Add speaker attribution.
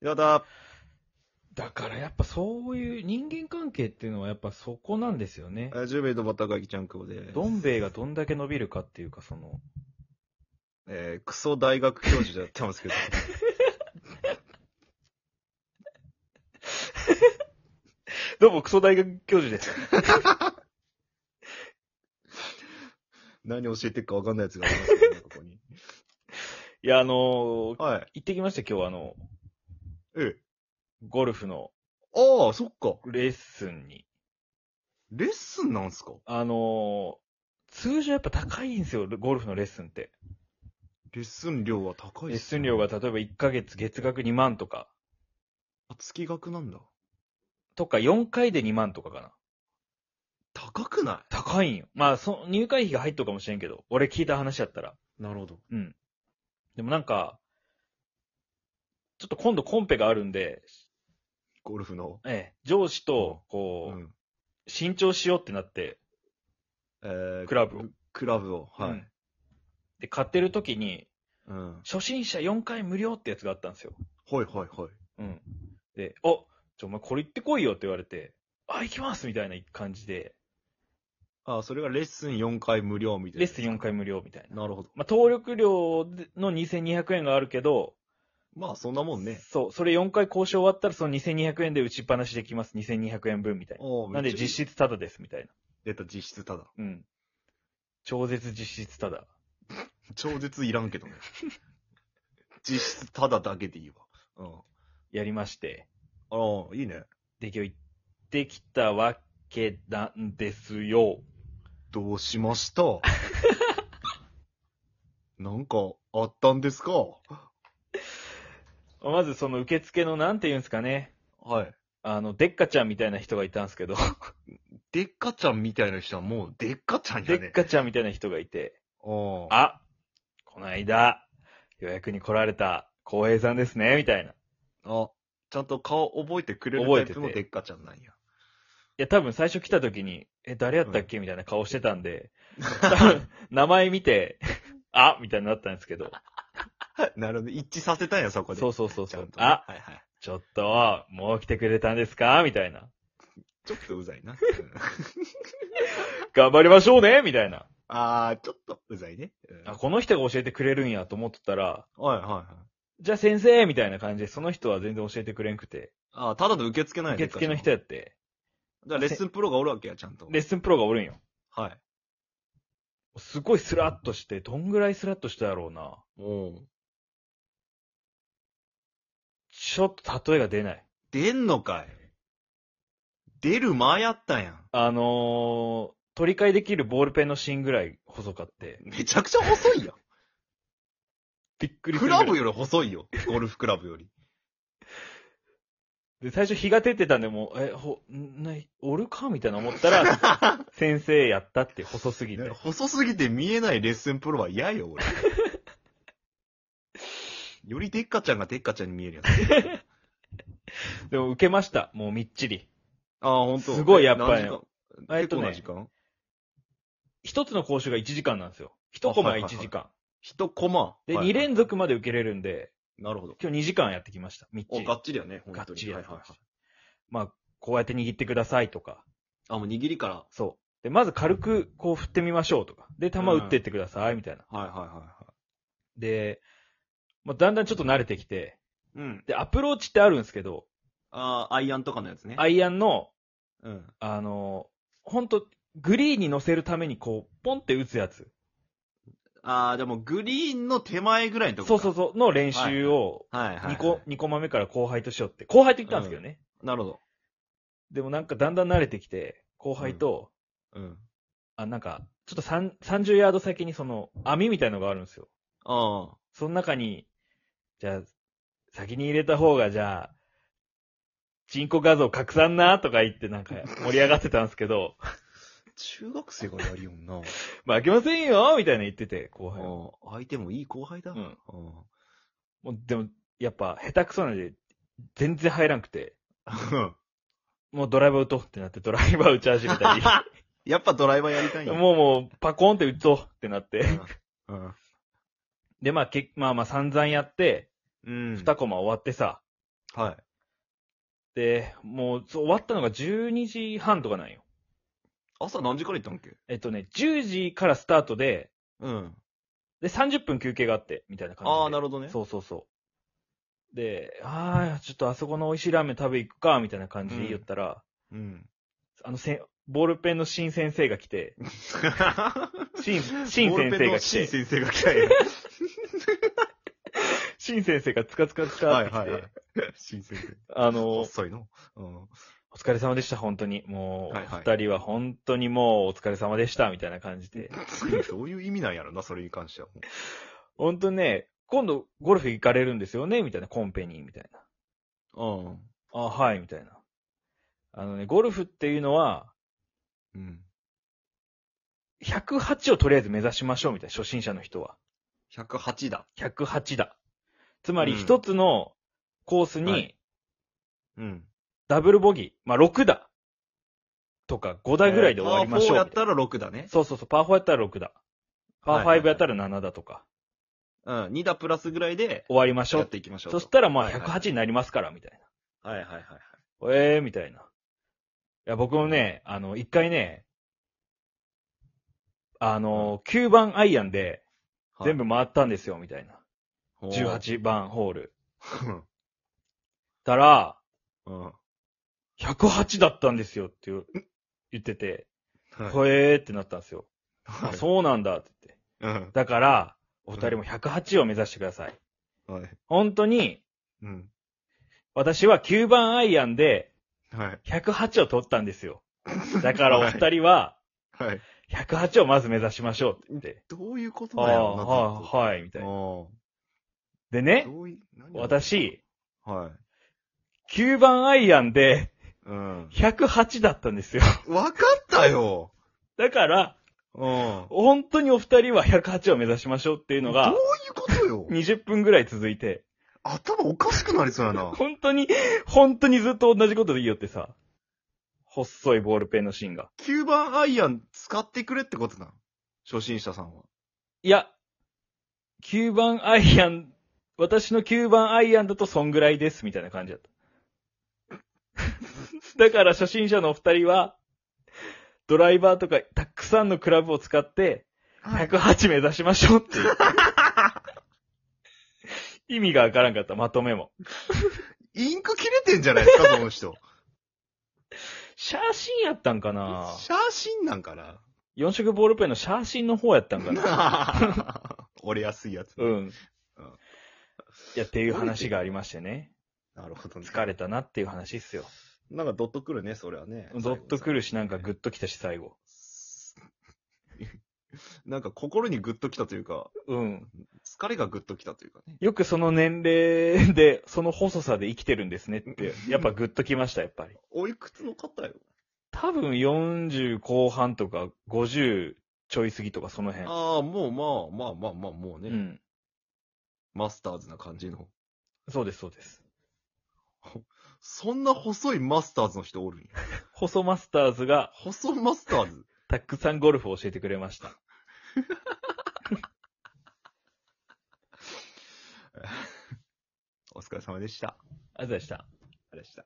Speaker 1: やだ。
Speaker 2: だからやっぱそういう人間関係っていうのはやっぱそこなんですよね
Speaker 1: え。ー10名のバタガキちゃんくぼです。
Speaker 2: どん兵衛がどんだけ伸びるかっていうかその、
Speaker 1: えークソ大学教授でやってます けど。
Speaker 2: どうもクソ大学教授です。
Speaker 1: 何教えてるかわかんないやつがありますけどね、ここに。
Speaker 2: いやあのー
Speaker 1: はい。
Speaker 2: 行ってきました今日あの、
Speaker 1: え
Speaker 2: ゴルフの
Speaker 1: え。ああ、そっか。
Speaker 2: レッスンに。
Speaker 1: レッスンなんすか
Speaker 2: あのー通常やっぱ高いんですよ、ゴルフのレッスンって。
Speaker 1: レッスン料は高い
Speaker 2: レ
Speaker 1: っ
Speaker 2: ッ
Speaker 1: す
Speaker 2: ス
Speaker 1: ね
Speaker 2: ン料が。例えば1ヶ月月額2万とか、
Speaker 1: あ月額なんだ。
Speaker 2: とか4回で2万とかかな。
Speaker 1: 高くな
Speaker 2: 高いんよ。まあ、そ入会費が入っとるかもしれんけど、俺聞いた話やったら。
Speaker 1: いなるほど。
Speaker 2: うん。でもなんか、ちょっと今度コンペがあるんで、
Speaker 1: ゴルフの。
Speaker 2: ええ、上司と、こう、
Speaker 1: ん。
Speaker 2: 新調しようってなって、
Speaker 1: えー
Speaker 2: クラブを。
Speaker 1: クラブを。はい
Speaker 2: うん。で、買ってる時に、
Speaker 1: うん。
Speaker 2: 初心者4回無料ってやつがあったんですよ。
Speaker 1: はいはいはい。
Speaker 2: うん。で、おちょ、お前これ行ってこいよって言われて、あ、行きますみたいな感じで、
Speaker 1: ああ、それがレッスン4回無料みたいな。
Speaker 2: レッスン4回無料みたいな。
Speaker 1: なるほど。
Speaker 2: まあ、登録料の2200円があるけど、
Speaker 1: まあ、そんなもんね。
Speaker 2: そう、それ4回交渉終わったらその2200円で打ちっぱなしできます。2200円分みたいな。
Speaker 1: ああ、
Speaker 2: なんで
Speaker 1: 質。
Speaker 2: 実質タダですみたいな。
Speaker 1: 出た、実質ただ。
Speaker 2: うん。超絶実質タダ。
Speaker 1: 超絶いらんけどね。 実質ただだけでいいわ。
Speaker 2: やりまして、
Speaker 1: うん。ああ、いいね。
Speaker 2: で、今日行ってきたわけなんですよ。
Speaker 1: どうしました なんか、あったんですか
Speaker 2: まずその受付のなんて言うんですかね。
Speaker 1: はい。
Speaker 2: あの、でっかちゃんみたいな人がいたんですけど、
Speaker 1: でっかちゃんみたいな人はもう、でっかちゃんじ
Speaker 2: で
Speaker 1: ゃね
Speaker 2: っかちゃんみたいな人がいて、
Speaker 1: ああ。
Speaker 2: あ、こないだ、予約に来られた、浩平さんですね、みたいな。い
Speaker 1: あ、ちゃんと顔覚えてくれる
Speaker 2: 覚
Speaker 1: タ
Speaker 2: え
Speaker 1: イ
Speaker 2: てて
Speaker 1: プのでっかちゃんなんや。
Speaker 2: や、多分最初来た時に、え、誰やったっけみたいな顔してた んで、多分名前見て、あみたいになったんですけど。
Speaker 1: なるほど。一致させたんや、そこで。
Speaker 2: そうそうそう
Speaker 1: ち
Speaker 2: そ
Speaker 1: ゃ
Speaker 2: う、
Speaker 1: んとね、
Speaker 2: あ、
Speaker 1: はいはい。
Speaker 2: ちょっと、もう来てくれたんですかみたいな。
Speaker 1: ちょっとうざいな。うん
Speaker 2: 頑張りましょうねみたいな。
Speaker 1: ああ、ちょっとうざいね。うん
Speaker 2: あ、この人が教えてくれるんやと思ってたら、
Speaker 1: はいはいはい。
Speaker 2: じゃあ先生みたいな感じで、その人は全然教えてくれんくて、
Speaker 1: ああ、ただの受付なんや。
Speaker 2: 受付の人
Speaker 1: や。
Speaker 2: やって、
Speaker 1: じゃあレッスンプロがおるわけや、ちゃんと。
Speaker 2: レッスンプロがおるんよ。
Speaker 1: はい。
Speaker 2: すごいスラッとして、どんぐらいスラッとしたやろうな。
Speaker 1: おう
Speaker 2: ちょっと例えが出ない。
Speaker 1: 出んのかい。出る前やったんやん。
Speaker 2: あのー、取り替えできるボールペンの芯ぐらい細かって、
Speaker 1: めちゃくちゃ細 いやん。
Speaker 2: びっくり
Speaker 1: ク
Speaker 2: するぐら
Speaker 1: ラ
Speaker 2: い。
Speaker 1: ブより細いよ。ゴルフクラブ より。
Speaker 2: で、最初日が照ってたんで、もう、え、ほ、んない、おるかみたいな思ったら、 先生やったって細すぎて。
Speaker 1: 細すぎて見えないレッスンプロは嫌よ、 俺。よりでっかちゃんがでっかちゃんに見 えるやつ。
Speaker 2: でも受けました。もうみっちり。
Speaker 1: ああ、ほんと。
Speaker 2: すごいやっぱ
Speaker 1: 何
Speaker 2: り
Speaker 1: 時間
Speaker 2: えっ
Speaker 1: 結
Speaker 2: と
Speaker 1: 構な
Speaker 2: ね
Speaker 1: 時、間
Speaker 2: 一つの講習が1時間なんですよ。一コマが
Speaker 1: はい
Speaker 2: 1
Speaker 1: はいはい
Speaker 2: 時間。
Speaker 1: 一コマ。
Speaker 2: で、
Speaker 1: はいはい
Speaker 2: 2連。続まで受けれるんで、
Speaker 1: なるほど。
Speaker 2: 今日2時間やってきました。みっち
Speaker 1: お、
Speaker 2: り。
Speaker 1: がっちりやね、ほんと
Speaker 2: が
Speaker 1: に。
Speaker 2: っちりや
Speaker 1: は
Speaker 2: っ
Speaker 1: い
Speaker 2: て
Speaker 1: はいは
Speaker 2: ま
Speaker 1: い
Speaker 2: した。まあ、こうやって握ってくださいとか。
Speaker 1: あ、もう握りから。
Speaker 2: そう。で、まず軽くこう振ってみましょうとか。で、球打ってってください、みたいな。
Speaker 1: はいはいはい
Speaker 2: で、まあ、だんだんちょっと慣れてきて、
Speaker 1: はい。うん。
Speaker 2: で、アプローチってあるんですけど、
Speaker 1: ああ、アイアンとかのやつね。
Speaker 2: アイアンの、
Speaker 1: うん。
Speaker 2: あの、ほんと、グリーンに乗せるためにこう、ポンって打つやつ。
Speaker 1: ああ、でもグリーンの手前ぐらいのとこ
Speaker 2: そうそう
Speaker 1: そ
Speaker 2: そう、の練習を、
Speaker 1: う。はいはい、はい。
Speaker 2: 2個、二個目から後輩としようって。後輩と言ったんですけどね。
Speaker 1: なるほど。
Speaker 2: でもなんかだんだん慣れてきて、後輩と、
Speaker 1: うん。
Speaker 2: あ、なんか、ちょっと三30ヤード先にその網みたいのがあるんですよ。
Speaker 1: あ
Speaker 2: その中に、じゃあ、先に入れた方が、じゃあ、人工画像拡散なとか言ってなんか盛り上がってたんですけど、
Speaker 1: あ。中学生がやるよ んな。
Speaker 2: 負けませんよみたいな言ってて、後輩は。
Speaker 1: ああ、相手もいい後輩だ。
Speaker 2: うん
Speaker 1: あ
Speaker 2: もうでも、やっぱ下手くそなんで、全然入らんくて、
Speaker 1: あ
Speaker 2: もうドライバー打とうってなってドライバー打ち始め たり。
Speaker 1: やっぱドライバーやりたいんや。
Speaker 2: もうもう、パコンって打とうってなって。
Speaker 1: うん。うん。
Speaker 2: で、まあ、けまあまあ散々やって、
Speaker 1: うん。
Speaker 2: 二コマ終わってさ、
Speaker 1: はい。
Speaker 2: で、もうそう終わったのが12時半とかなんよ。
Speaker 1: 朝何時から行ったんっけ
Speaker 2: えっとね、10時からスタートで、
Speaker 1: うん。
Speaker 2: で、30分休憩があって、みたいな感じで。
Speaker 1: ああ、なるほどね。
Speaker 2: そうそうそう。で、ああ、ちょっとあそこの美味しいラーメン食べ行くか、みたいな感じで言ったら、
Speaker 1: う。うん。
Speaker 2: あのせ、ボールペンの新先生が来て、新、新先生 が来
Speaker 1: 新
Speaker 2: て、
Speaker 1: 先生が来た よ。
Speaker 2: 新先生がつかつかつか
Speaker 1: はい
Speaker 2: ってきて、
Speaker 1: はいはい。新先 生。
Speaker 2: あの、
Speaker 1: 遅いの。うん。
Speaker 2: お疲れ様でした、本当に。もう、
Speaker 1: はいはい
Speaker 2: お二人は本当にもうお疲れ様でした、みたいな感じで。
Speaker 1: どういう意味なんやろな、それに関しては。
Speaker 2: 本当ね、今度ゴルフ行かれるんですよねみたいな、コンペに、みたいな。
Speaker 1: うん。
Speaker 2: あ、はい、みたいな。あのね、ゴルフっていうのは、
Speaker 1: うん。
Speaker 2: 108をとりあえず目指しましょう、みたいな、初心者の人は。
Speaker 1: 108だ。
Speaker 2: 108だ。つまり、
Speaker 1: うん
Speaker 2: 一つのコース
Speaker 1: は
Speaker 2: に
Speaker 1: い、うん。
Speaker 2: ダブルボギー、まあ、6だ。とか、5だぐらいで終わりましょ
Speaker 1: パー4
Speaker 2: う
Speaker 1: や
Speaker 2: み
Speaker 1: った
Speaker 2: い
Speaker 1: たら6だね
Speaker 2: な。。そうそうそう、パー4やったら6だ。パー
Speaker 1: はいはいはい
Speaker 2: 5やったら7だとか、
Speaker 1: うん。2だプラスぐらいで、
Speaker 2: 終わりましょ
Speaker 1: や
Speaker 2: う
Speaker 1: っていきましょうと。
Speaker 2: そしたらまあ
Speaker 1: はいはい
Speaker 2: 108になりますから、みたい
Speaker 1: はいはいはいはい。
Speaker 2: な。ええー、みたいな。いや、僕もね、あの、一回ね、あの、9番アイアンで全部回ったんですよ、みたいな。
Speaker 1: はい。
Speaker 2: 18番ホール。
Speaker 1: ほ
Speaker 2: たら、
Speaker 1: う。うん。
Speaker 2: 108だったんですよって言う言ってて、
Speaker 1: は
Speaker 2: ほえーってなったんですよ。あ
Speaker 1: い。
Speaker 2: そうなんだって言って。
Speaker 1: うん。
Speaker 2: だから、お二人も108を目指してください。
Speaker 1: はい。
Speaker 2: 本当に、
Speaker 1: うん。
Speaker 2: 私は9番アイアンで
Speaker 1: はい。
Speaker 2: 108を取ったんですよ。だからお二人は、
Speaker 1: はい。
Speaker 2: 108をまず目指しましょうって言って。
Speaker 1: どういうこと
Speaker 2: あ
Speaker 1: だよ
Speaker 2: あ、
Speaker 1: な、ずっ
Speaker 2: はい、はい、みた
Speaker 1: とあ
Speaker 2: いな。で
Speaker 1: あ。
Speaker 2: ね、
Speaker 1: どうい何を
Speaker 2: 私、
Speaker 1: はい。
Speaker 2: 9番アイアンで
Speaker 1: うん。
Speaker 2: 108だったんですよ。
Speaker 1: わかったよ
Speaker 2: だから、
Speaker 1: うん。
Speaker 2: 本当にお二人は108を目指しましょうっていうの
Speaker 1: ど
Speaker 2: が
Speaker 1: う、いうことよ
Speaker 2: 20分ぐらい続いて、
Speaker 1: 頭おかしくなりそうやな。
Speaker 2: 本当に、本当にずっと同じことでいいよってさ、細いボールペンの芯が。
Speaker 1: 9番アイアン使ってくれってことなん初心者さんは。
Speaker 2: いや、9番アイアン、私の9番アイアンだとそんぐらいです、みたいな 感じだった。だから初心者のお二人は、ドライバーとかたくさんのクラブを使って、108目指しましょうっていう。 意味がわからんかった、まとめも。
Speaker 1: インク切れてんじゃないですか、その人。
Speaker 2: 写真やったんかな
Speaker 1: 写真なんか な
Speaker 2: 四色ボールペンの写真の方やったんかな
Speaker 1: 折れやすいやつ。
Speaker 2: うん。いや、っていう話がありましてね。
Speaker 1: なるほどね。
Speaker 2: 疲れたなっていう話っすよ。
Speaker 1: なんかドッとくるね、それはね。
Speaker 2: ゾッとくるし、なんかグッときたし、最後。
Speaker 1: なんか心にグッときたというか、
Speaker 2: うん。
Speaker 1: 疲れがグッときたというかね。
Speaker 2: よくその年齢で、その細さで生きてるんですねって、やっぱグッときました、やっぱり。
Speaker 1: おいくつの方よ。
Speaker 2: 多分40後半とか50ちょい過ぎとかその辺。
Speaker 1: ああ、もうまあ、まあまあまあ、もうね、
Speaker 2: うん。
Speaker 1: マスターズな感じの。
Speaker 2: そうです、そうです。
Speaker 1: そんな細いマスターズの人おるんや。
Speaker 2: 細マスターズが
Speaker 1: 細マスターズ
Speaker 2: たくさんゴルフを教えてくれました。
Speaker 1: お疲れ様でした。
Speaker 2: ありがとうございました。
Speaker 1: ありがとうございました。